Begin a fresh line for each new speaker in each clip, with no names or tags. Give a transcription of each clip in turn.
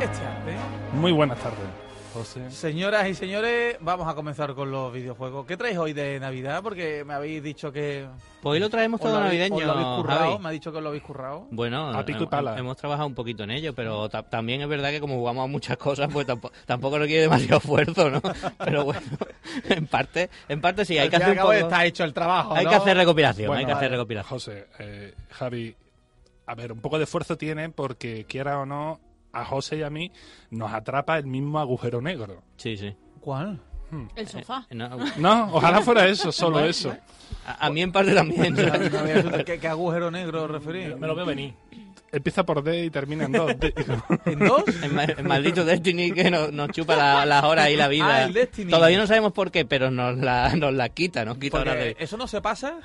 Este arte.
Muy buenas tardes, José.
Señoras y señores, vamos a comenzar con los videojuegos. ¿Qué traéis hoy de Navidad? Porque me habéis dicho que...
Pues hoy lo traemos
os lo
todo
habéis-
navideño.
os lo habéis currado,
Javi.
me ha dicho que os lo habéis currado.
Bueno,
A pico y
hem-
pala.
hemos trabajado un poquito en ello, pero ta- también es verdad que como jugamos a muchas cosas, pues tampo- tampoco requiere demasiado esfuerzo, ¿no? Pero bueno, en parte, en parte sí, hay
Al
que
fin y
hacer
al
un
cabo
poco,
está hecho el trabajo,
hay
¿no?
que hacer recopilación,
Bueno,
hay que hacer
vale.
recopilación.
José, eh, Javi, a ver, un poco de esfuerzo tiene porque quiera o no, a José y a mí nos atrapa el mismo agujero negro.
Sí, sí.
¿Cuál? Eh,
El sofá.
No,
No, ojalá fuera eso, solo eso.
a, a mí en parte también.
No, no había visto- ¿Qué, qué agujero negro os referís?
lo veo venir. Empieza por D y termina en 2.
¿En dos?
El, ma- el maldito Destiny que nos, nos chupa la- las horas y la vida.
Ah, el Destiny.
Todavía no sabemos por qué, pero nos la, nos la quita, nos quita horas
Porque
de...
¿Eso no se pasa?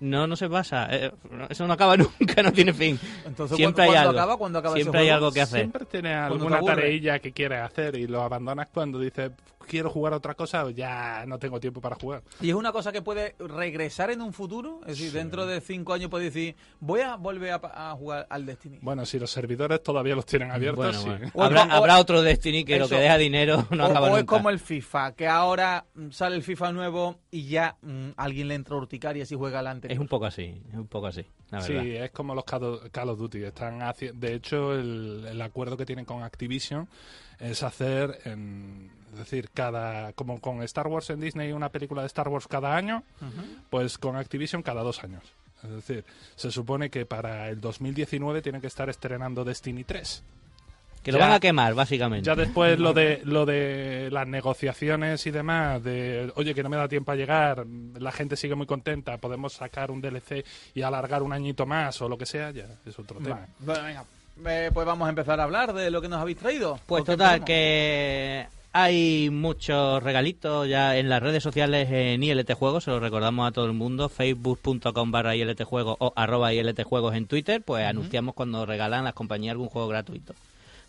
No, no se pasa. eh, eso no acaba nunca, no tiene fin.
Entonces, ¿cuándo-
Siempre hay
cuándo
algo.
acaba? ¿Cuándo acaba ese
Siempre hay
juego?
algo que hacer.
Siempre tienes
Cuando te
alguna
aburre.
tareilla que quieres hacer y lo abandonas cuando dices, quiero jugar a otra cosa, o ya no tengo tiempo para jugar.
¿Y es una cosa que puede regresar en un futuro? Es decir, dentro de cinco años puedes decir, voy a volver a, pa- a jugar al Destiny.
Bueno, si los servidores todavía los tienen abiertos,
Bueno,
sí.
bueno.
O-
Habrá,
o-
habrá otro Destiny que lo
eso.
que deja dinero no
o,
acaba
o es
nunca.
como el FIFA, que ahora mm, sale el FIFA nuevo y ya mm, alguien le entra urticaria si juega al anterior.
Es un poco así, es un poco así, la verdad.
Sí, es como los Call Call of Duty. Están haci- de hecho, el, el acuerdo que tienen con Activision es hacer, en- es decir, cada como con Star Wars en Disney una película de Star Wars cada año, pues con Activision cada dos años. Es decir, se supone que para el 2019 tienen que estar estrenando Destiny 3.
Que lo
Ya-
van a quemar, básicamente.
Ya después lo de lo de las negociaciones y demás, de oye que no me da tiempo a llegar, la gente sigue muy contenta, podemos sacar un DLC y alargar un añito más o lo que sea, ya es otro tema.
Va, bueno, venga. Eh, pues vamos a empezar a hablar de lo que nos habéis traído.
Pues
¿Por qué
total,
empezamos?
que hay muchos regalitos ya en las redes sociales en ILT Juegos, se lo recordamos a todo el mundo, facebook.com barra ILT Juegos o arroba ILT Juegos en Twitter, pues anunciamos cuando regalan las compañías algún juego gratuito.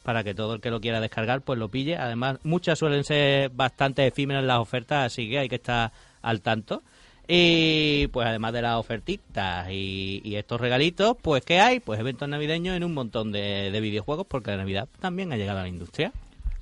Para que todo el que lo quiera descargar, pues lo pille. Además, muchas suelen ser bastante efímeras las ofertas, así que hay que estar al tanto. Y pues además de las ofertitas y, y estos regalitos, pues ¿qué hay? Pues eventos navideños en un montón de, de videojuegos, porque la Navidad también ha llegado a la industria.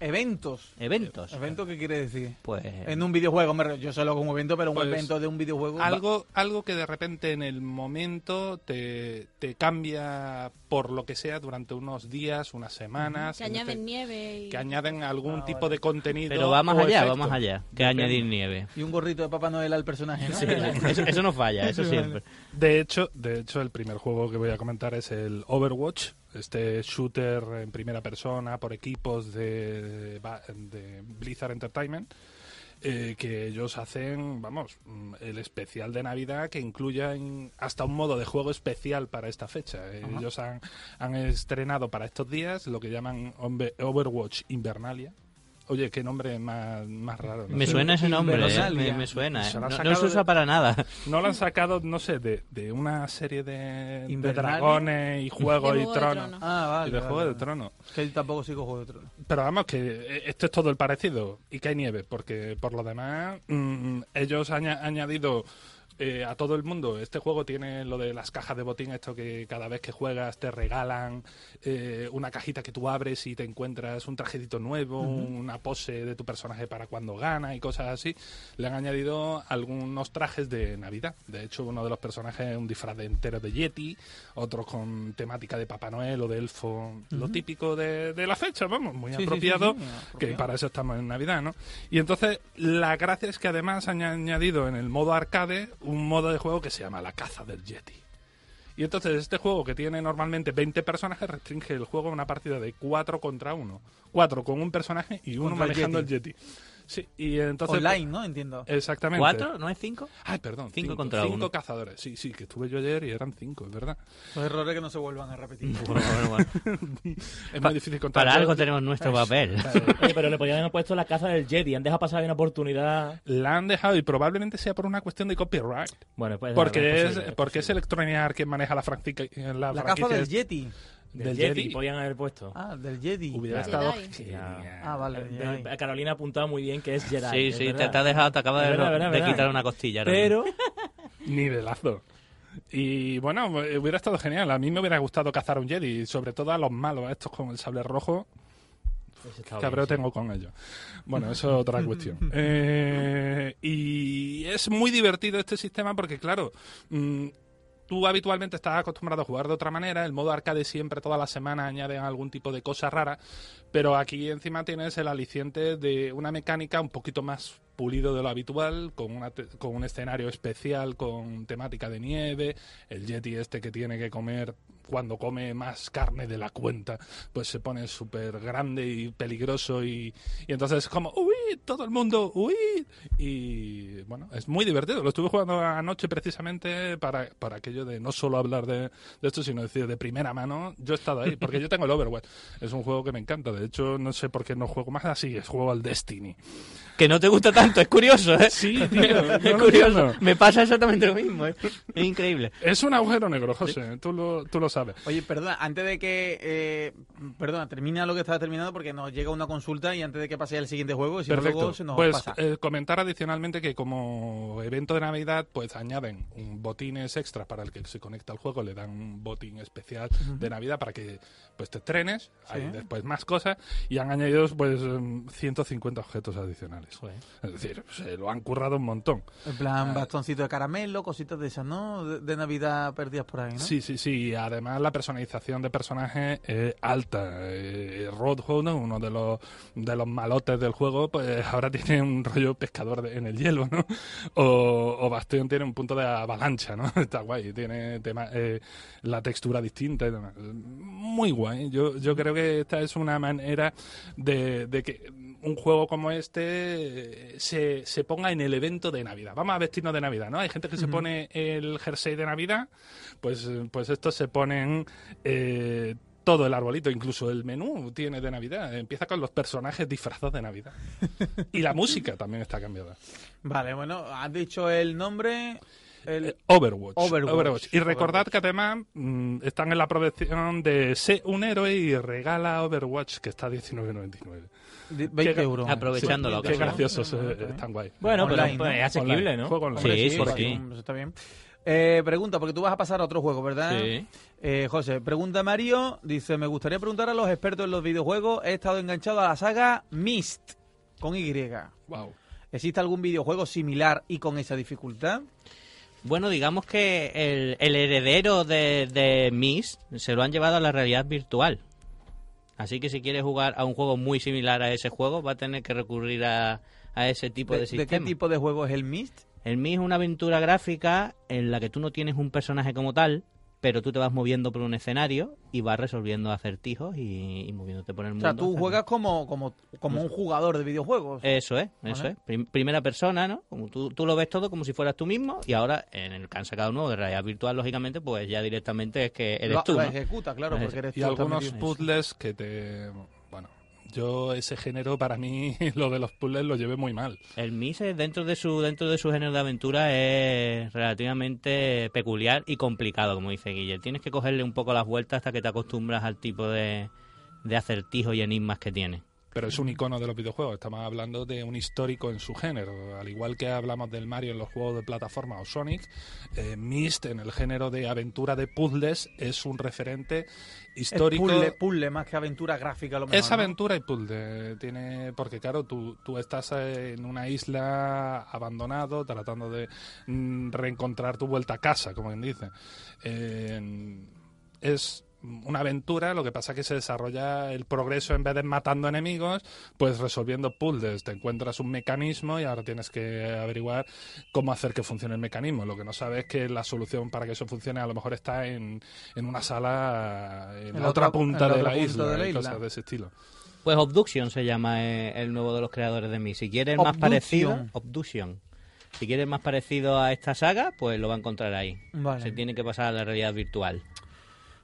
Eventos.
Eventos.
¿Evento qué quiere decir?
Pues
En un videojuego, me re- yo solo como evento, pero un
Pues,
evento de un videojuego.
Algo, algo que de repente en el momento te, te cambia por lo que sea durante unos días, unas semanas.
Que
es decir,
añaden nieve y...
que añaden algún tipo de contenido.
Pero vamos
o
allá,
efecto.
vamos allá. Que añadir nieve.
Y un gorrito de Papá Noel al personaje. ¿no?
Sí, eso, eso no falla, eso siempre.
De hecho, de hecho, el primer juego que voy a comentar es el Overwatch, este shooter en primera persona por equipos de, de Blizzard Entertainment, eh, que ellos hacen, vamos, mm, el especial de Navidad que incluya en- hasta un modo de juego especial para esta fecha. Eh, Ellos han, han estrenado para estos días lo que llaman Ombe- Overwatch Invernalia. Oye, qué nombre más, más raro. ¿no?
Me
sé.
suena ese nombre, eh,
Invernalia.
me, me suena. eh.
Se lo
No,
ha
no
sacado
se
de-
usa para nada.
No lo han sacado, no sé, de, de una serie de, de
Invernalia.
dragones y juegos
De
y
Juego de
tronos.
Tronos.
Ah,
Y
vale.
de
vale,
Juego de
vale.
Tronos.
Que yo tampoco sigo Juego de Tronos.
Pero vamos, que eh, esto es todo el parecido y que hay nieve, porque por lo demás, mm, ellos han aña- añadido eh, a todo el mundo. Este juego tiene lo de las cajas de botín, esto que cada vez que juegas te regalan eh, una cajita que tú abres y te encuentras un trajecito nuevo, una pose de tu personaje para cuando gana y cosas así. Le han añadido algunos trajes de Navidad. De hecho, uno de los personajes es un disfraz de entero de Yeti, otro con temática de Papá Noel o de elfo, lo típico de, de la fecha, vamos, muy
Sí, sí, sí,
apropiado,
sí,
que
apropiado.
para eso estamos en Navidad, ¿no? Y entonces, la gracia es que además han añadido en el modo arcade un modo de juego que se llama La caza del Yeti. Y entonces este juego que tiene normalmente 20 personajes restringe el juego a una partida de 4 contra 1. 4 con un personaje y uno
Contra el
manejando el
Yeti.
Yeti. Sí, y entonces...
Online, ¿no? Entiendo.
Eh. Exactamente.
¿Cuatro? ¿No es cinco?
Ay, perdón.
Cinco contra
cinco
uno.
cazadores. Sí, sí, que estuve yo ayer y eran cinco, es verdad.
Los errores que no se vuelvan a repetir.
Bueno, bueno, bueno.
Es muy difícil contar.
Para
Yo-
algo tenemos nuestro papel.
Oye, pero le podían haber puesto la casa del Jedi. Han dejado pasar una oportunidad.
La han dejado y probablemente sea por una cuestión de copyright.
Bueno, pues,
Porque es,
posible,
porque es
posible.
Electronic Arts quien maneja la, franquicia la,
La
franquicia
caza del Yeti.
del
del
Jedi.
Jedi.
Podían haber puesto.
Ah, del Jedi.
Hubiera
Del
estado
Jedi.
genial.
Ah, vale.
Eh,
Jedi.
eh, Carolina ha apuntado muy bien que es Jedi.
Sí,
es
sí, te,
verdad.
te ha dejado, te acaba de,
Es verdad, verdad,
de
verdad.
quitar una costilla. ahora mismo.
Pero
Nivelazo. Y bueno, eh, hubiera estado genial. A mí me hubiera gustado cazar a un Jedi, sobre todo a los malos, a estos con el sable rojo.
Eso está
Cabreo
bien, sí.
tengo con ellos. Bueno, eso es otra cuestión. Eh, y es muy divertido este sistema porque, claro, mm, tú habitualmente estás acostumbrado a jugar de otra manera. El modo arcade siempre, todas las semanas, añaden algún tipo de cosa rara. Pero aquí encima tienes el aliciente de una mecánica un poquito más pulido de lo habitual, con, una te- con un escenario especial, con temática de nieve, el Yeti este que tiene que comer cuando come más carne de la cuenta, pues se pone súper grande y peligroso y, y entonces es como, uy, todo el mundo, uy. Y bueno, es muy divertido. Lo estuve jugando anoche precisamente para, para aquello de no solo hablar de, de esto, sino decir de primera mano, yo he estado ahí, porque yo tengo el Overwatch. Es un juego que me encanta. De hecho, no sé por qué no juego más así, es juego al Destiny.
Que no te gusta tanto, es curioso, ¿eh?
Sí, tío, no
es
lo
curioso.
entiendo.
Me pasa exactamente lo mismo, ¿eh? Es increíble.
Es un agujero negro, José, tú, lo, tú lo sabes.
Oye, perdona, antes de que. eh, perdona, termina lo que estaba terminando porque nos llega una consulta y antes de que pase al siguiente juego, si no, luego se nos
pues
pasa.
eh, comentar adicionalmente que como evento de Navidad, pues añaden un botines extras para el que se conecta al juego, le dan un botín especial de Navidad para que pues te trenes, hay después más cosas y han añadido pues em, 150 objetos adicionales.
Joder.
Es decir, se lo han currado un montón.
En plan, bastoncito de caramelo, cositas de esas, ¿no? De, de Navidad perdidas por ahí, ¿no?
Sí, sí, sí. Además, la personalización de personajes es alta. Eh, Roadhog, uno de los, de los malotes del juego, pues ahora tiene un rollo pescador de- en el hielo, ¿no? O, o Bastión tiene un punto de avalancha, ¿no? Está guay. Tiene tema- eh, la textura distinta y demás. Muy guay. Yo, yo creo que esta es una manera de, de que un juego como este eh, se, se ponga en el evento de Navidad. Vamos a vestirnos de Navidad, ¿no? Hay gente que se pone el jersey de Navidad pues, eh, pues estos se ponen eh, todo el arbolito, incluso el menú tiene de Navidad. Empieza con los personajes disfrazados de Navidad. y la música también está cambiada.
Vale, bueno, has dicho el nombre. El...
Eh, Overwatch.
Overwatch.
Y recordad
Overwatch.
que además mm, están en la promoción de Sé un héroe y regala Overwatch, que está a 19.99.
de- 20
qué-
euros.
Aprovechando
Sí,
la
Qué
ocasión.
graciosos, eh, están guay.
Bueno, pero
Online,
pues,
¿no?
es asequible, ¿no?
Juego online.
Sí,
Hombre,
sí,
por
sí.
aquí, Eso está bien. Eh, pregunta, porque tú vas a pasar a otro juego, ¿verdad?
Sí.
Eh, José, pregunta Mario, dice, me gustaría preguntar a los expertos en los videojuegos, he estado enganchado a la saga Myst, con Y.
Guau.
¿Existe algún videojuego similar y con esa dificultad?
Bueno, digamos que el, el heredero de, de Myst se lo han llevado a la realidad virtual. Así que si quieres jugar a un juego muy similar a ese juego, va a tener que recurrir a, a ese tipo de,
¿De, de
sistema.
qué tipo de juego es el Myst?
El Mii es una aventura gráfica en la que tú no tienes un personaje como tal, pero tú te vas moviendo por un escenario y vas resolviendo acertijos y, y moviéndote por el
O
mundo. Eh,
sea, tú
hasta que-
juegas como, como, como un jugador de videojuegos.
Eso es, eso
Vale.
es. Prim- primera persona, ¿no? Como tú, tú lo ves todo como si fueras tú mismo y ahora en el que han sacado nuevo de realidad virtual, lógicamente, pues ya directamente es que eres
Lo-
tú,
lo
¿no?
ejecuta, claro,
Eso.
porque eres
Y
tú también.
algunos puzzles que te... Bueno, yo ese género para mí, lo de los puzzles lo llevé muy mal.
El Mise dentro de su dentro de su género de aventura es relativamente peculiar y complicado, como dice Guille. Tienes que cogerle un poco las vueltas hasta que te acostumbras al tipo de, de acertijos y enigmas que tiene.
Pero es un icono de los videojuegos. Estamos hablando de un histórico en su género. Al igual que hablamos del Mario en los juegos de plataforma o Sonic, eh, Myst en el género de aventura de puzzles es un referente
Es
histórico.
puzzle, puzzle, más que aventura gráfica a lo mejor.
Es
¿no?
aventura y puzzle. Tiene, porque claro, tú, tú estás eh, en una isla abandonado, tratando de mm, reencontrar tu vuelta a casa, como quien dice. Eh, es una aventura, lo que pasa es que se desarrolla el progreso en vez de matando enemigos, pues resolviendo puzzles. Te encuentras un mecanismo y ahora tienes que averiguar cómo hacer que funcione el mecanismo. Lo que no sabes es que la solución para que eso funcione a lo mejor está en, en una sala en,
En
la
otro-
otra punta
en la
de
otra
la
punta
isla,
de la
y
isla.
cosas de ese estilo.
Pues Obduction se llama eh, el nuevo de los creadores de mí. Si quieren más
Obduction.
parecido, Obduction. Si quieren más parecido a esta saga, pues lo va a encontrar ahí.
Vale.
Se tiene que pasar a la realidad virtual.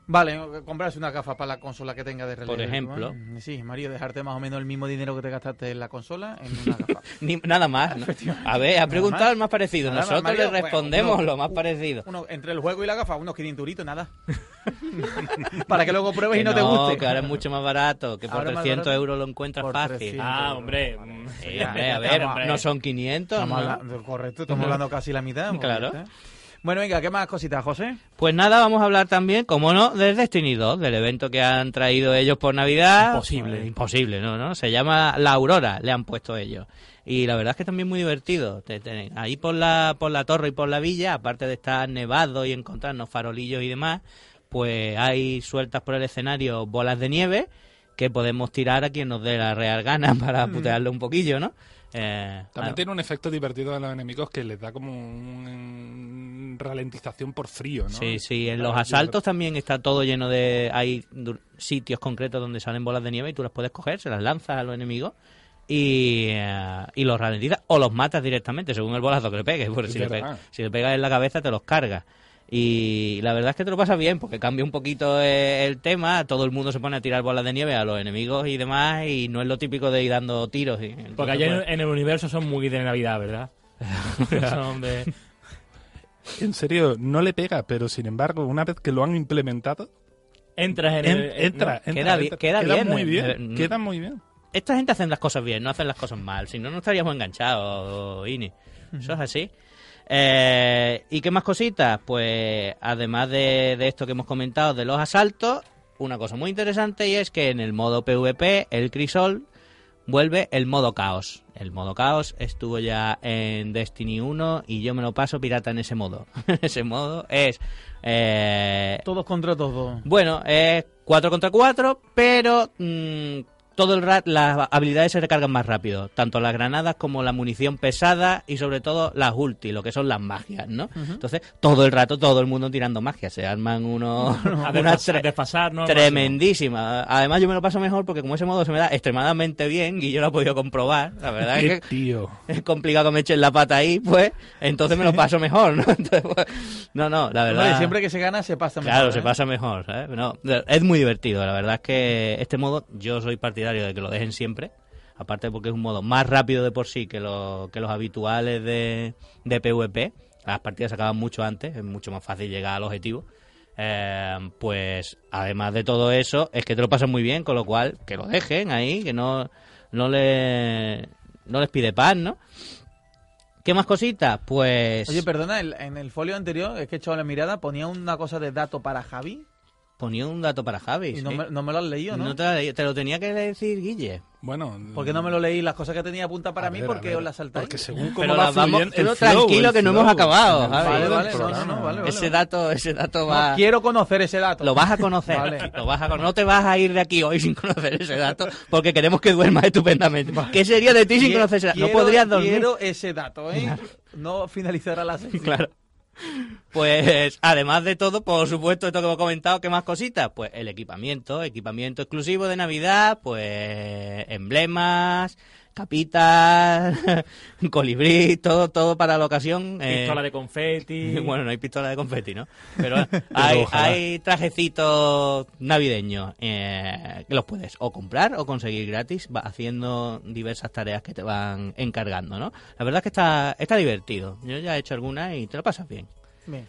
Vale, eh, comprarse una gafa para la consola que tenga de realidad.
Por
virtual.
ejemplo.
Sí, Mario, dejarte más o menos el mismo dinero que te gastaste en la consola en una gafa.
Ni- nada más. ¿no? A ver, ha preguntado
más.
el más parecido.
Nada más,
Nosotros
Mario,
le
bueno,
respondemos
uno-
lo más parecido.
Uno, entre el juego y la gafa, unos 500 euritos, nada. para que luego pruebes
Que
y no, te guste.
que ahora es mucho más barato, que por
Ahora es más
300
barato.
euros lo encuentras
Por
fácil.
300.
Ah, hombre. mm,
Sí,
ya,
hombre,
ya
a ver,
estamos, hombre.
no son 500.
Estamos
¿no?
hablando- correcto, estamos hablando casi la mitad. pues,
Claro.
¿viste? Bueno, venga, ¿qué más cositas, José?
Pues nada, vamos a hablar también, como no, del Destiny 2, del evento que han traído ellos por Navidad. Pues,
Imposible.
Imposible, no, no. Se llama La Aurora, le han puesto ellos. Y la verdad es que también muy divertido. Te- te- Ahí por la, por la torre y por la villa, aparte de estar nevado y encontrarnos farolillos y demás, pues hay sueltas por el escenario bolas de nieve que podemos tirar a quien nos dé la real gana para putearlo un poquillo, ¿no? Eh,
También
claro.
tiene un efecto divertido a los enemigos que les da como una ralentización por frío, ¿no?
Sí, sí, en
Claro,
los
yo-
asaltos también está todo lleno de... Hay du- sitios concretos donde salen bolas de nieve y tú las puedes coger, se las lanzas a los enemigos y, eh, y los ralentizas o los matas directamente, según el bolazo que le pegues. porque
Es
si, le
verdad.
pegas, si le pegas en la cabeza te los cargas. Y la verdad es que te lo pasas bien porque cambia un poquito eh, el tema, todo el mundo se pone a tirar bolas de nieve a los enemigos y demás y no es lo típico de ir dando tiros. y-
Porque
entonces,
allá en,
pues,
en el universo son muy de Navidad, ¿verdad? son de...
En serio, no le pega, pero sin embargo, una vez que lo han implementado,
Entras en
en-
el...
entra,
no,
entra,
queda bi-
entra.
queda bien,
muy
eh,
bien,
eh,
queda muy bien.
Esta gente hacen las cosas bien, no hacen las cosas mal. Si no, no estaríamos enganchados, Ini. Eso es así. Eh, ¿Y qué más cositas? Pues además de, de esto que hemos comentado de los asaltos, una cosa muy interesante y es que en el modo PvP, el crisol, vuelve el modo caos. El modo caos estuvo ya en Destiny 1 y yo me lo paso pirata en ese modo. ese modo es... eh,
Todos contra todos.
bueno, es 4 contra 4, pero mm, todo el rato las habilidades se recargan más rápido. Tanto las granadas como la munición pesada y sobre todo las ulti, lo que son las magias, ¿no? Entonces, todo el rato todo el mundo tirando magias. Se arman unos...
A,
unas
desfasar,
tre-
a desfasar, ¿no?
Tremendísima. Además, yo me lo paso mejor porque como ese modo se me da extremadamente bien y yo lo he podido comprobar, la verdad
Qué
es que
tío.
es complicado que me echen la pata ahí, pues entonces me lo paso mejor, ¿no? Entonces, pues, no, no, la verdad...
Hombre, siempre que se gana se pasa mejor.
Claro,
¿eh?
se pasa mejor. ¿sabes? No, es muy divertido. La verdad es que este modo yo soy partidario de que lo dejen siempre. Aparte porque es un modo más rápido de por sí que, lo- que los habituales de, de PvP. Las partidas se acaban mucho antes, es mucho más fácil llegar al objetivo. Eh, pues además de todo eso, es que te lo pasas muy bien, con lo cual que lo dejen ahí, que no, no, le, no les pide pan, ¿no? ¿Qué más cositas? Pues
Oye, perdona, el- en el folio anterior, es que he echado la mirada, ponía una cosa de dato para Javi
ponía un dato para Javi.
y no,
sí.
me, no me lo has leído, ¿no?
No te, la leí, te lo tenía que decir, Guille.
Bueno,
¿Por qué no me lo leí? Las cosas que tenía apunta para
a
mí,
ver,
¿por
a
qué
ver,
os las saltáis?
Porque según cómo
Pero
va
la vamos-
fluyendo-
tú
el
no,
flow,
tranquilo,
el
que no
flow,
hemos acabado,
el
Javi.
flow
Vale,
del
vale, no, no,
programa.
no, vale, vale.
Ese dato, ese dato
No,
va.
quiero conocer ese dato.
Lo vas a conocer.
Vale.
Lo vas a cono- No te vas a ir de aquí hoy sin conocer ese dato, porque queremos que duermas estupendamente. ¿Qué sería de ti sin
Quie-
conocer ese dato? No
quiero-
podrías dormir.
Quiero ese dato, ¿eh? No finalizará la sesión.
Claro. Pues además de todo, por supuesto, esto que hemos comentado, ¿qué más cositas? Pues el equipamiento, equipamiento exclusivo de Navidad, pues emblemas, capitas, colibrí, todo, todo para la ocasión. eh,
Pistola de confeti...
Bueno, no hay pistola de confeti, ¿no? Pero bueno, hay,
ojalá.
hay trajecitos navideños eh, que los puedes o comprar o conseguir gratis va haciendo diversas tareas que te van encargando, ¿no? La verdad es que está, está divertido. Yo ya he hecho algunas y te lo pasas bien.
Bien.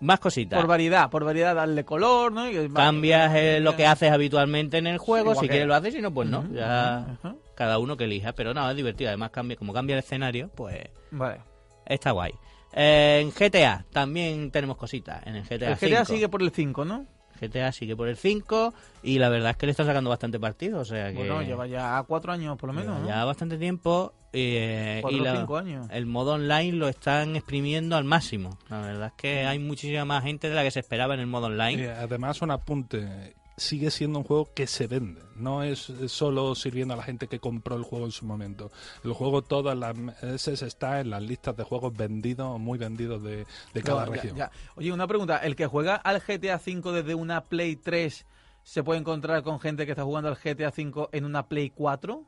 Más cositas.
Por variedad, por variedad, darle color, ¿no? Y-
Cambias eh, lo que haces habitualmente en el juego,
Igual
si
que-
quieres lo haces, si no, pues no.
Ujú,
Ya
ujú.
cada uno que elija, pero no, es divertido. Además, cambia, como cambia el escenario, pues
Vale.
está guay. Eh, en GTA también tenemos cositas. En el GTA,
El GTA
5.
sigue por el 5, ¿no?
GTA sigue por el 5 y la verdad es que le están sacando bastante partido, o sea que
Bueno, lleva ya cuatro años por lo menos,
lleva
¿no?
ya bastante tiempo eh,
Cuatro
y
o
la-
cinco años.
el modo online lo están exprimiendo al máximo. La verdad es que hay muchísima más gente de la que se esperaba en el modo online.
Eh, además, un apunte. Sigue siendo un juego que se vende. No es solo sirviendo a la gente que compró el juego en su momento. El juego todas las veces está en las listas de juegos vendidos o muy vendidos de, de
No,
cada
ya-
región.
ya. Oye, una pregunta. ¿El que juega al GTA 5 desde una Play 3 se puede encontrar con gente que está jugando al GTA V en una Play 4.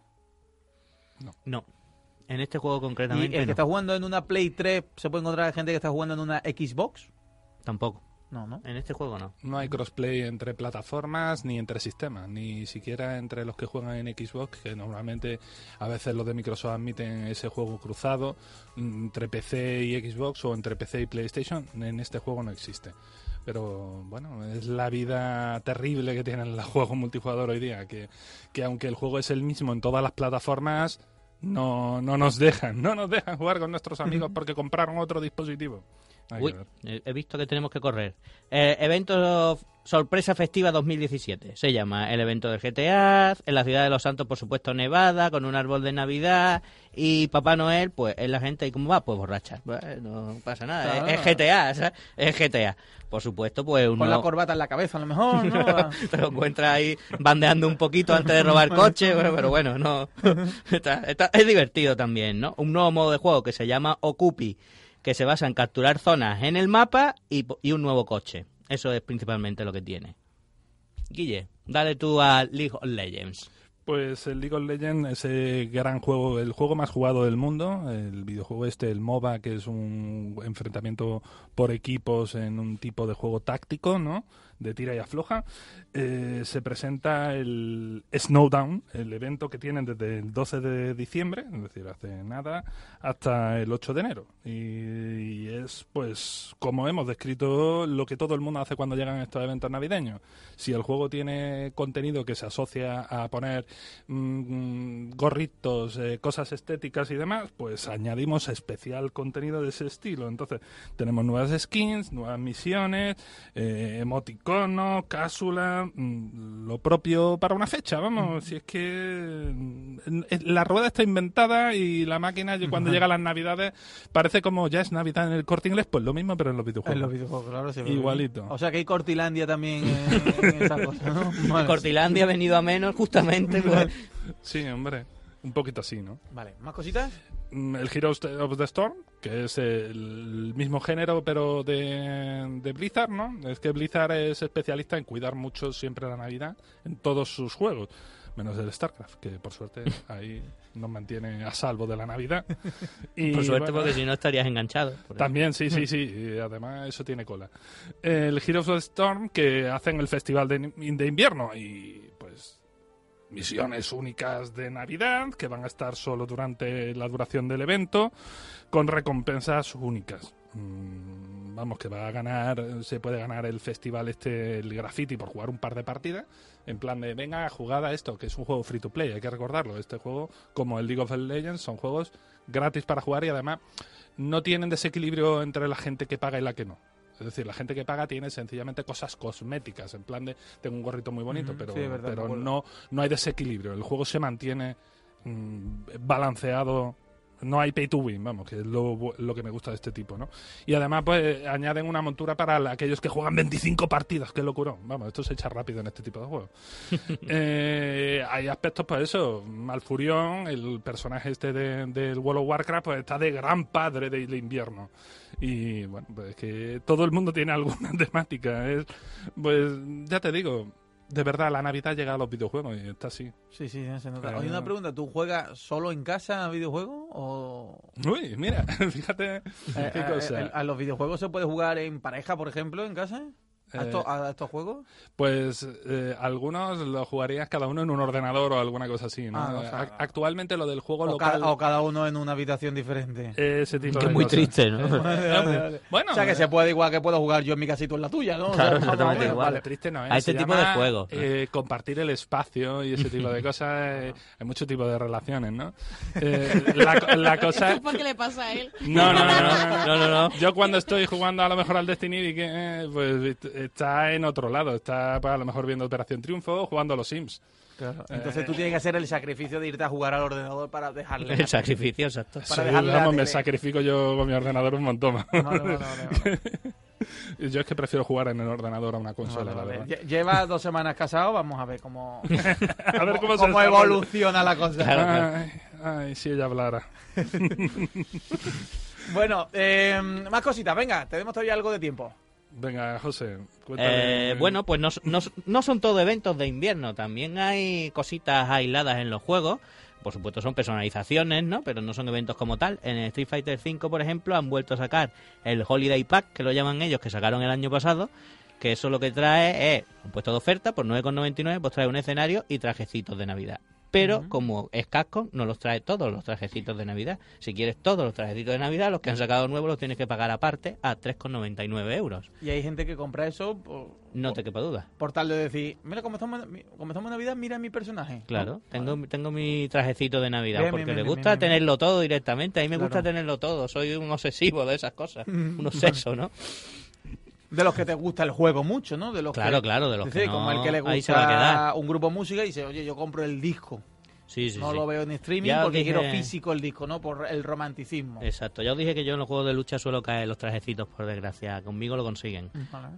No. En este juego
Y el
concretamente
que
no.
está jugando en una Play 3 se puede encontrar gente que está jugando en una Xbox.
tampoco.
No, no.
En este juego no.
No hay crossplay entre plataformas ni entre sistemas, ni siquiera entre los que juegan en Xbox, que normalmente a veces los de Microsoft admiten ese juego cruzado mm, entre PC y Xbox o entre PC y PlayStation. En este juego no existe. Pero bueno, es la vida terrible que tienen los juegos multijugador hoy día, que, que aunque el juego es el mismo en todas las plataformas, no, no nos dejan, no nos dejan jugar con nuestros amigos porque compraron otro dispositivo. Hay que
Uy,
ver.
eh, he visto que tenemos que correr. Eh, evento Sorpresa Festiva 2017. Se llama el evento del GTA, en la ciudad de Los Santos, por supuesto, nevada, con un árbol de Navidad y Papá Noel, pues es la gente, ¿y cómo va? Pues borracha. Bueno, no pasa nada,
Claro.
Ah.
es, es GTA, ¿sabes? Es GTA. Por supuesto, pues uno...
Con la corbata en la cabeza, a lo mejor, ¿no?
te lo encuentras ahí bandeando un poquito antes de robar coche, bueno, pero bueno, no. Está- está- es divertido también, ¿no? Un nuevo modo de juego que se llama Ocupi, que se basa en capturar zonas en el mapa y, po- y un nuevo coche. Eso es principalmente lo que tiene. Guille, dale tú a League of Legends.
Pues el League of Legends, ese gran juego, el juego más jugado del mundo, el videojuego este, el MOBA, que es un enfrentamiento por equipos en un tipo de juego táctico, ¿no? De tira y afloja. Eh, se presenta el Snowdown, el evento que tienen desde el 12 de diciembre, es decir, hace nada, hasta el 8 de enero. Y, y es, pues, como hemos descrito, lo que todo el mundo hace cuando llegan estos eventos navideños. Si el juego tiene contenido que se asocia a poner mm, gorritos, eh, cosas estéticas y demás, pues añadimos especial contenido de ese estilo. Entonces, tenemos nuevas skins, nuevas misiones, eh, emoticonos, cápsula, mm, lo propio para una fecha, vamos. Si es que mm, eh, la rueda está inventada y la máquina yo cuando llega las navidades parece como ya es Navidad en el corte inglés, pues lo mismo, pero en los videojuegos.
En los videojuegos, claro. se ve
Igualito.
bien. O sea que hay Cortilandia también eh, en esa cosa, ¿no? Vale.
Cortilandia ha venido a menos, justamente. pues.
Ah, Sí, hombre. Un poquito así, ¿no?
Vale, ¿más cositas?
Mm, el Heroes of the Storm, que es el mismo género pero de, de Blizzard, ¿no? Es que Blizzard es especialista en cuidar mucho siempre la Navidad en todos sus juegos, menos el StarCraft, que por suerte ahí nos mantiene a salvo de la Navidad. Y,
Por suerte,
bueno,
porque si no estarías enganchado. Por-
también, sí, sí, sí. y Además, eso tiene cola. El Heroes of Storm que hacen el festival de, de invierno y pues misiones únicas de Navidad que van a estar solo durante la duración del evento con recompensas únicas. Mm, Vamos, que va a ganar, se puede ganar el festival este, el graffiti, por jugar un par de partidas. En plan de, venga, jugada esto, que es un juego free to play, hay que recordarlo. Este juego, como el League of Legends, son juegos gratis para jugar y además no tienen desequilibrio entre la gente que paga y la que no. Es decir, la gente que paga tiene sencillamente cosas cosméticas, en plan de tengo un gorrito muy bonito,
Ujú,
pero,
sí, es verdad, me
pero
acuerdo.
no, no hay desequilibrio. El juego se mantiene mm, balanceado. No hay pay to win, vamos, que es lo, bu- lo que me gusta de este tipo, ¿no? Y además, pues, eh, añaden una montura para la- aquellos que juegan 25 partidas, qué locurón. Vamos, esto se echa rápido en este tipo de juegos. Eh, hay aspectos, pues eso, Malfurión, el personaje este de- del World of Warcraft, pues está de gran padre del invierno. Y bueno, pues es que todo el mundo tiene alguna temática. Es, pues ya te digo, de verdad, la Navidad llega a los videojuegos y está así.
Sí, sí, se nota.
Claro.
Oye, una pregunta. ¿Tú juegas solo en casa a videojuegos o...?
Uy, mira, fíjate
Eh,
qué
eh,
cosa.
eh, ¿A los videojuegos se puede jugar en pareja, por ejemplo, en casa? ¿A,
Eh,
esto- a estos juegos?
Pues eh, algunos lo jugarías cada uno en un ordenador o alguna cosa así, ¿no?
Ah, o sea,
Ac- Actualmente lo del juego
O,
local...
cada, o cada uno en una habitación diferente.
Ese tipo
Que
de
es muy
cosas.
triste, ¿no?
Bueno,
o sea que
eh,
se puede igual que puedo jugar yo en mi casito en la tuya, ¿no? O sea,
Claro,
más o
exactamente
menos,
igual.
vale.
triste no es.
A este
se
tipo
llama,
de juegos.
eh, compartir el espacio y ese tipo de cosas. eh, hay mucho tipo de relaciones, ¿no? Eh, la, co- la cosa...
¿Por qué le pasa a él?
No, no, no, no, no.
no, no.
Yo cuando estoy jugando a lo mejor al Destiny, y que, eh, pues está en otro lado. Está pues, a lo mejor viendo Operación Triunfo o jugando a los Sims.
Claro. Entonces tú tienes que hacer el sacrificio de irte a jugar al ordenador para dejarle.
El sacrificio, exacto.
Para
Sí,
dejarle la
vamos, me
tele.
sacrifico yo con mi ordenador un montón.
Vale, vale, vale, vale.
Yo es que prefiero jugar en el ordenador a una consola,
Vale,
la
vale.
verdad.
Lle- Lleva dos semanas casado, vamos a ver cómo,
A ver cómo, se
cómo
desarrolla.
evoluciona la cosa.
Claro, claro.
Ay, ay, si ella hablara.
em, Bueno, eh, más cositas, venga, tenemos todavía algo de tiempo.
Venga, José, cuéntame.
Eh, bueno, pues no, no- no son todo eventos de invierno, también hay cositas aisladas en los juegos. Por supuesto son personalizaciones, ¿no? Pero no son eventos como tal. En el Street Fighter V, por ejemplo, han vuelto a sacar el Holiday Pack, que lo llaman ellos, que sacaron el año pasado, que eso lo que trae es un puesto de oferta por 9,99, pues trae un escenario y trajecitos de Navidad. Pero como es casco, no los trae todos los trajecitos de Navidad. Si quieres todos los trajecitos de Navidad, los que han sacado nuevos los tienes que pagar aparte a 3,99 euros.
Y hay gente que compra eso por,
No te quepa duda.
por tal de decir, mira, como estamos, mi- como estamos en Navidad, mira mi personaje.
Claro,
¿No?
tengo, tengo mi trajecito de Navidad,
Bien,
porque
bien,
le
bien,
gusta
bien, bien.
tenerlo todo directamente. A mí me gusta
Claro.
tenerlo todo, soy un obsesivo de esas cosas,
Mm,
un obseso, ¿no?
De los que te gusta el juego mucho, ¿no? De los
Claro,
que-
claro, de los
es
que
decir, como
no,
el que le gusta
ahí se va a quedar.
un grupo de música y dice, oye, yo compro el disco.
Sí, sí,
no
sí.
lo veo en streaming
Ya os
porque
dije-
quiero físico el disco, ¿no? Por el romanticismo.
Exacto, ya os dije que yo en los juegos de lucha suelo caer los trajecitos, por desgracia, conmigo lo consiguen.
Vale.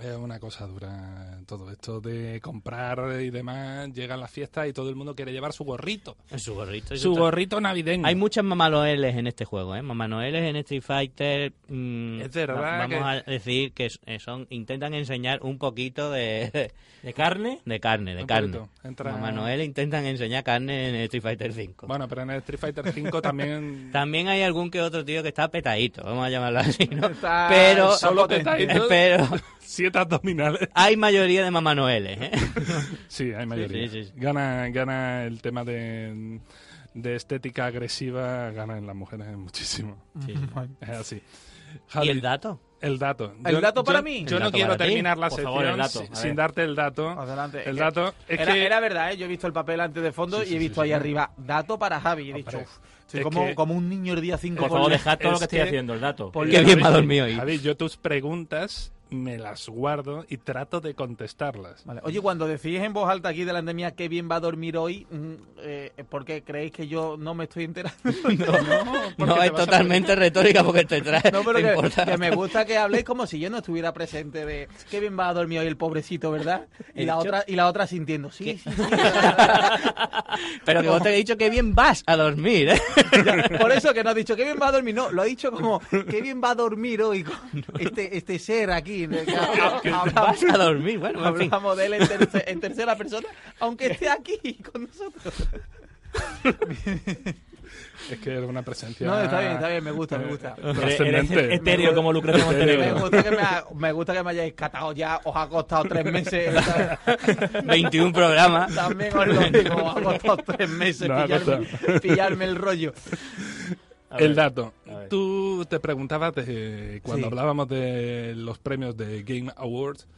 Es una cosa dura todo esto de comprar y demás. Llegan las fiestas y todo el mundo quiere llevar su gorrito.
Mm.
Su gorrito y
Su
tra-
gorrito navideño.
Hay muchas Mamá Noeles en este juego, ¿eh? Mamá Noeles en Street Fighter. mm,
Es verdad
va-
que-
Vamos a decir que s- eh, son intentan enseñar un poquito de,
¿De carne?
de carne, de
Un
carne.
poquito. Entra-
Mamá Noel intentan enseñar carne en Street Fighter 5.
Bueno, pero en el Street Fighter 5 también.
También hay algún que otro tío que está petadito, vamos a llamarlo así, ¿no?
Está-
Pero,
está
Solo
potente.
petadito.
pero
Siete abdominales.
hay mayoría de Mamá Noeles, ¿eh?
Sí, hay mayoría.
sí, sí, sí.
Gana, gana el tema de, de estética agresiva, gana en las mujeres muchísimo. Es así.
¿Y
Javi,
el dato?
el dato.
¿El
Yo-
dato para
yo-
mí?
Yo
El
no
dato
quiero
para ti.
terminar la
Por
sección
favor, el dato,
si-
a ver.
sin darte el dato.
Adelante.
El
Es que-
dato es
era,
que
era verdad, ¿eh? yo he visto el papel antes de fondo
Sí, sí,
y he
sí,
visto
sí,
ahí
sí.
arriba, dato para Javi. Y he dicho,
Hombre,
"Uf, estoy
es
como,
que-
como un niño el día 5
Por
Pues
favor,
es-
dejad todo lo
es
que estoy
que-
haciendo, el dato.
por-
Qué bien me ha dormido hoy.
Javi, yo tus preguntas me las guardo y trato de contestarlas.
Vale. Oye, cuando decís en voz alta aquí delante mía qué bien va a dormir hoy, mm, eh, ¿por qué creéis que yo no me estoy enterando?
No, porque
No,
te
es
vas a-
totalmente retórica porque te trae...
No, pero
te
que,
importa.
que me gusta que habléis como si yo no estuviera presente de qué bien va a dormir hoy el pobrecito, ¿verdad? Y
He
la
dicho-
otra y la otra sintiendo, sí,
¿Qué?
sí,
Pero que vos te he dicho que bien vas a dormir, ¿eh?
ya. Por eso que no ha dicho qué bien va a dormir, no, lo ha dicho como qué bien va a dormir hoy con este, este ser aquí. ¿no? Que ha-
Vas
hablamos,
a dormir, bueno, en fin.
hablamos de él en, terce- en tercera persona, aunque esté aquí con nosotros.
Es que era una presencia.
No, está bien, está bien, este- me gusta, me gusta.
Eres- eres
Trascendente.
etéreo como Lucrecia
Me
Montenegro.
gusta, que me, ha- me gusta que me hayáis catado ya, os ha costado tres meses. ¿sabes?
21 programas.
También os lo digo, ha costado tres meses
No, ha
pillarme, pillarme el rollo.
A
este-
ver,
El dato.
a ver.
Tú te preguntabas de- cuando
Sí.
hablábamos de los premios de Game Awards,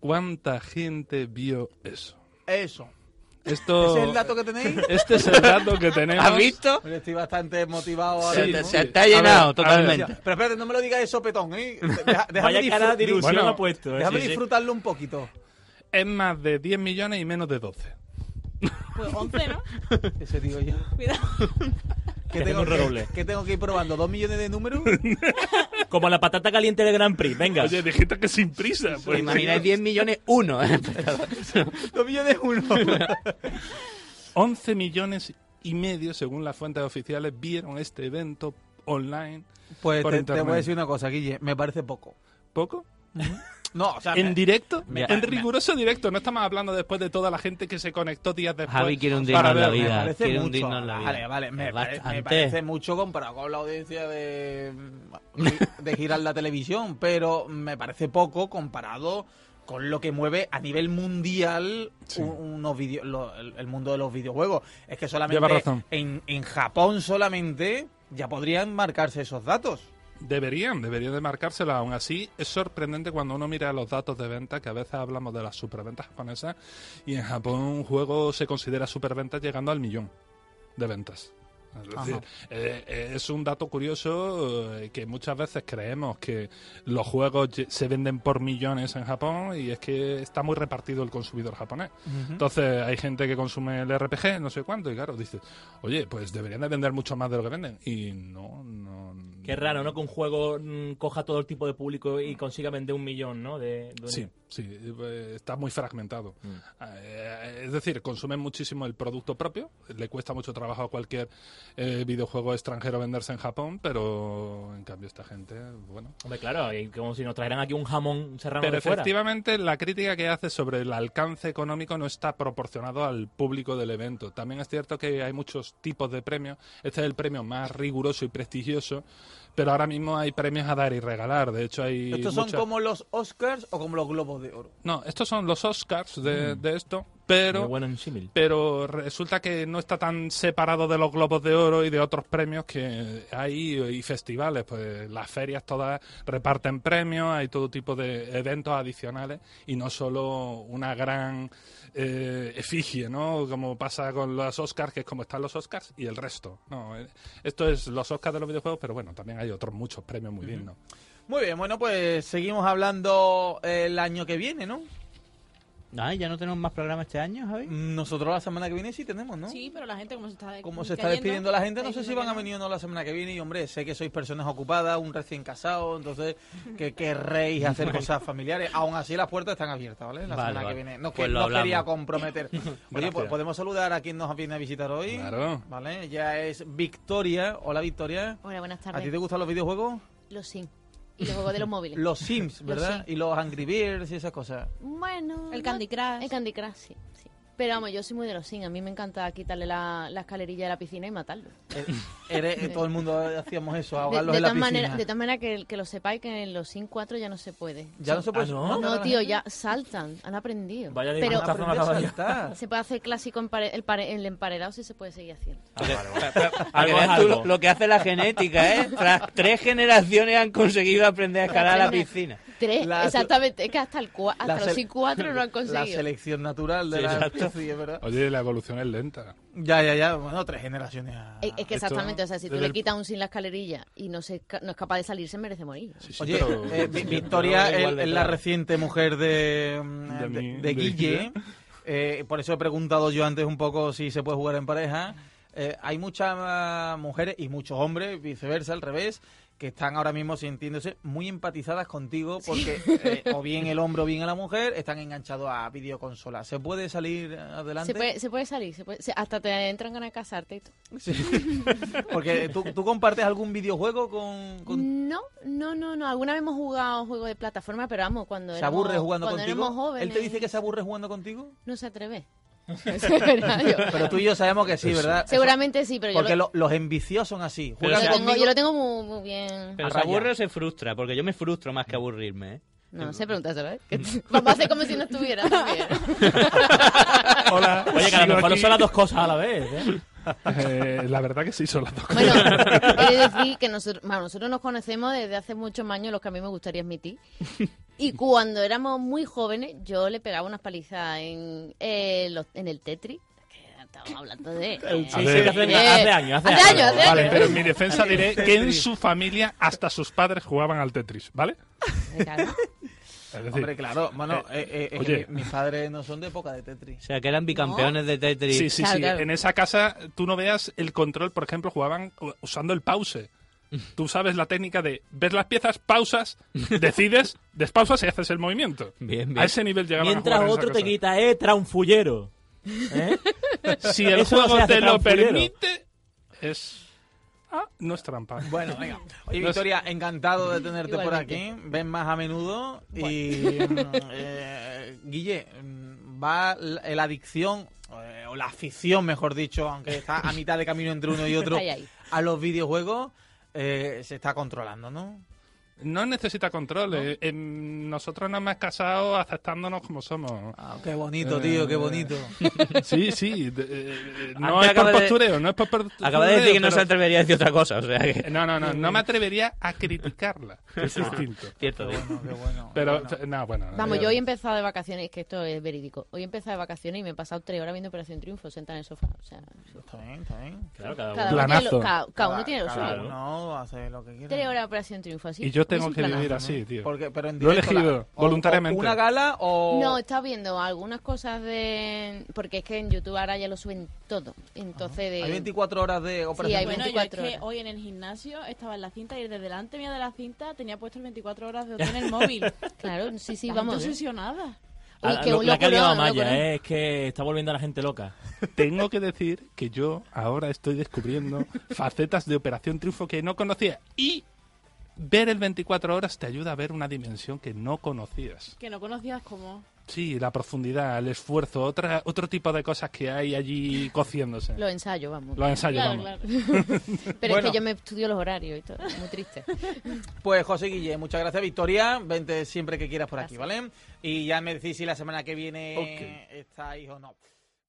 ¿cuánta gente vio eso?
Eso.
Oh.
Esto,
¿Ese es el dato que tenéis?
Este es el dato que tenemos.
¿Has visto?
Hombre, Estoy bastante motivado ahora.
Se
Sí,
te,
mismo.
se te
A
ha
ver,
llenado
a
Ya,
ver.
totalmente.
Pero espérate, no me lo digas de sopetón, ¿eh? Deja- déjame
Vaya cara
disfrut-
de ilusión
Bueno,
ha puesto. eh.
déjame
Sí, sí.
disfrutarlo un poquito.
Es más de 10 millones y menos de 12.
Pues 11, ¿no?
Ese digo yo.
Cuidado.
¿Qué
Que
tengo,
tengo un
que,
redoble.
¿Qué tengo que ir probando? ¿Dos millones de números?
Como la patata caliente del Grand Prix, venga.
Oye, dijiste que sin prisa.
¿Te
Pues,
imagináis 10 millones uno? ¿eh?
Dos millones uno.
11 millones y medio, según las fuentes oficiales, vieron este evento online.
Pues
Por
te, te
internet.
voy a decir una cosa, Guille. Me parece poco.
¿Poco?
No, o sea,
¿En directo?
Ah, me-
en
me-
riguroso directo. No estamos hablando después de toda la gente que se conectó días después.
Javi quiere hundirnos
para
la
ver-
vida.
parece
quiere
mucho.
hundirnos la vida.
Vale, vale, me,
Es
pare- me
bastante.
parece mucho comparado con la audiencia de, de girar la televisión, pero me parece poco comparado con lo que mueve a nivel mundial
Sí.
un- unos video- lo- el, el mundo de los videojuegos. Es que solamente
Lleva razón.
En, en Japón solamente ya podrían marcarse esos datos.
Deberían, deberían de marcársela. Aún así, es sorprendente cuando uno mira los datos de venta, que a veces hablamos de las superventas japonesas, y en Japón un juego se considera superventa llegando al millón de ventas. Es decir, eh, eh, es un dato curioso eh, que muchas veces creemos que los juegos lle- se venden por millones en Japón y es que está muy repartido el consumidor japonés. Entonces hay gente que consume el RPG, no sé cuánto, y claro, dices, oye, pues deberían de vender mucho más de lo que venden. Y no, no.
Que Qué raro, ¿no? Que un juego mm, coja todo el tipo de público y consiga vender un millón, ¿no? De, de-
Sí, sí, eh, está muy fragmentado.
Mm.
Eh, Es decir, consumen muchísimo el producto propio, le cuesta mucho trabajo a cualquier eh, videojuego extranjero venderse en Japón, pero en cambio esta gente, bueno.
Hombre, claro, y como si nos trajeran aquí un jamón serrano
Pero
de fuera.
efectivamente la crítica que hace sobre el alcance económico no está proporcionado al público del evento. También es cierto que hay muchos tipos de premios. Este es el premio más riguroso y prestigioso, pero ahora mismo hay premios a dar y regalar. De hecho hay
¿Estos son
muchas-
como los Oscars o como los Globos de Oro?
No, estos son los Oscars de,
Mm.
de esto, pero
Muy bueno en símil.
pero resulta que no está tan separado de los Globos de Oro y de otros premios que hay y festivales. Pues las ferias todas reparten premios, hay todo tipo de eventos adicionales y no solo una gran eh, efigie, ¿no? Como pasa con los Oscars, que es como están los Oscars y el resto. No, eh, esto es los Oscars de los videojuegos, pero bueno, también hay otros muchos premios muy dignos.
Muy bien, bueno, pues seguimos hablando el año que viene, ¿no?
Ay, ya no tenemos más programa este año, Javi.
Nosotros la semana que viene sí tenemos, ¿no?
Sí, pero la gente como se está de-
Como se está
cayendo,
despidiendo la gente, no
está
sé si
diciendo
van a
que
venir o no la semana que viene. Y hombre, sé que sois personas ocupadas, un recién casado, entonces que querréis hacer cosas familiares. Aún así, las puertas están abiertas, ¿vale? La
Vale,
semana
vale.
que viene. No, que,
Pues lo
no quería
hablamos.
comprometer. Oye, pues
Gracias.
podemos saludar a quien nos viene a visitar hoy.
Claro.
¿Vale? Ya es Victoria. Hola, Victoria.
Hola, buenas
¿A ti
tardes.
te gustan los videojuegos?
Los Sims. Y los juegos de los móviles.
Los Sims, ¿verdad?
Sims.
Y los Angry Birds y esas cosas.
Bueno.
El
no-
Candy Crush.
El Candy Crush, sí. sí. Pero vamos, yo soy muy de los sin. A mí me encanta quitarle la, la escalerilla de la piscina y matarlo.
Eh, eres- eh, todo el mundo hacíamos eso,
de,
ahogarlos
de
en la
tal
piscina.
manera, de tal manera que, que lo sepáis que en los sin 4 ya no se puede.
Ya no se puede.
Ah, ¿no?
No,
la
tío,
gente
ya saltan. Han aprendido.
Vaya
Pero
disgustazo me
aprende a
acaba de-
saltar.
se puede hacer clásico en pare- el, pare- el emparedado si se puede seguir haciendo.
Ah,
Para que
Algo es
veas tú
algo.
Lo, lo que hace la genética, ¿eh? Tras tres generaciones han conseguido aprender a escalar a la
Aprende.
piscina.
Tres,
La-
exactamente. Es que hasta, el cua-
La
hasta
sele-
los sin 4 no han
La
conseguido.
selección natural de
Sí,
la
exacto.
sí, es verdad.
Oye, la evolución es lenta.
Ya, ya, ya. Bueno, tres generaciones. a-
Es, es que
Esto-
exactamente, o sea, si tú
desde
le
el-
quitas un sin la escalerilla y no, se, esca- no es capaz de salirse, merece morir.
Sí, sí,
Oye,
pero-
eh, Vi- Victoria
pero
es
igual de
es la
claro.
reciente mujer de, mm,
De
de,
mí,
de
de
Guille.
Guille.
Eh, por eso he preguntado yo antes un poco si se puede jugar en pareja. Eh, hay muchas ah, mujeres y muchos hombres, viceversa, al revés, que están ahora mismo sintiéndose muy empatizadas contigo porque eh, o bien el hombre o bien a la mujer están enganchados a videoconsolas. ¿Se puede salir adelante?
Se puede, se puede salir, se puede- se- hasta te entran ganas de casarte y todo.
Sí. Porque ¿tú, tú compartes algún videojuego con... con-
No, no, no, no. Alguna vez hemos jugado juegos de plataforma, pero vamos, cuando
¿Se
éramos-
aburre jugando
cuando
contigo?
éramos jóvenes.
¿Él te dice que se aburre jugando contigo?
No se atreve. Eso es verdad, yo-
Pero tú y yo sabemos que sí, ¿verdad? Eso-
Seguramente sí, pero yo
Porque
lo,
lo- los envicios son así.
Pero
Juegan
yo lo
sea-
tengo,
conmigo-
yo lo tengo muy, muy bien.
Pero se
Raya.
aburre o se frustra, porque yo me frustro más que aburrirme, ¿eh?
No sé, pregúntaselo, ¿eh? Que- Vamos a hacer como si no estuviera también.
Hola,
Oye, que a
sigo
lo mejor no
aquí.
son las dos cosas a la vez, ¿eh?
Eh, la verdad que sí, son las dos cosas.
Bueno, he de decir que nosotros, bueno, nosotros nos conocemos desde hace muchos años, los que a mí me gustaría admitir. Y cuando éramos muy jóvenes, yo le pegaba unas palizas en, eh, los- en el Tetris. Que Estábamos hablando de... eh,
Sí,
ver.
sí, hace, hace años, hace,
Hace años, hace
Vale,
años.
pero en mi defensa diré que en su familia hasta sus padres jugaban al Tetris, ¿vale?
Claro.
Es decir,
Hombre, claro. Bueno, eh, eh, es
oye.
que mi- mis padres no son de época de
O
Tetris.
sea, que eran bicampeones de Tetris.
sí, sí,
Claro,
sí.
claro.
En esa casa tú no veas el control, por ejemplo, jugaban usando el pause. Tú sabes la técnica de ves las piezas, pausas, decides, despausas y haces el movimiento.
Bien, bien.
A ese nivel llegaban a
Mientras
jugar en esa
otro te
cosa.
quita, eh, traunfullero. ¿Eh?
Si el
Eso no
juego
se hace
te lo
trampullero.
permite, es... Ah, no es trampa.
Bueno, venga. Oye,
No sé.
Victoria, encantado de tenerte por aquí.
Igualmente.
Ven más a menudo. Y, mm, eh, Guille, mm, va la la adicción, eh, o la afición, mejor dicho, aunque está a mitad de camino entre uno y otro,
Ahí, ahí.
a los videojuegos, eh, se está controlando, ¿no?
No necesita control. eh, em, nosotros nos hemos casado aceptándonos como somos.
Ah, qué bonito,
Eh,
tío, qué bonito.
Sí, sí. de- eh, no es
Antes
por
acaba de-
postureo, no es por postureo.
Acaba de decir que no
pero-
se atrevería a decir otra cosa, o sea que...
No, no, no, no me atrevería a criticarla. que Es distinto.
Cierto, tío.
Bueno, Ah, qué bueno.
Pero,
qué bueno.
fe- no, bueno.
Vamos,
eh,
yo hoy he empezado de vacaciones, que esto es verídico. Hoy he empezado de vacaciones y me he pasado tres horas viendo Operación Triunfo, sentada en el sofá. O sea,
Está bien, está bien.
Claro, cada uno.
cada, uno tiene
Planazo.
lo, cada, cada uno tiene lo
Cada
suyo.
uno hace lo que quiera.
Tres horas de Operación Triunfo, así.
Y yo tengo que
simpanazo,
vivir
¿no?
así, tío.
Porque, pero en
Lo he
directo, la-
elegido,
o-
voluntariamente.
o ¿Una gala o.?
No, está viendo algunas cosas de... Porque es que en YouTube ahora ya lo suben todo. Entonces de...
Hay 24 horas de operación.
eh, hay
Bueno, yo es
24
que
horas.
hoy en el gimnasio estaba en la cinta y desde delante mía de la cinta tenía puesto el 24 horas de hotel en el móvil.
Claro, sí, sí,
La
vamos.
gente obsesionada.
Uy,
Ah,
qué
lo- la que ha liado
locurón,
Amaya,
locurón.
eh, es que está volviendo a la gente loca.
Tengo que decir que yo ahora estoy descubriendo facetas de Operación Triunfo que no conocía. Y ver el 24 horas te ayuda a ver una dimensión que no conocías.
Que no conocías como...
Sí, la profundidad, el esfuerzo, otra, otro tipo de cosas que hay allí
¿eh?
cociéndose.
Los ensayos, vamos.
Los ensayos,
Claro,
vamos.
claro.
Pero
Bueno.
es que yo me estudio los horarios y todo. Muy triste.
Pues José Guille, muchas gracias, Victoria. Vente siempre que quieras por aquí, ¿vale? Y ya me decís si la semana que viene estáis o no.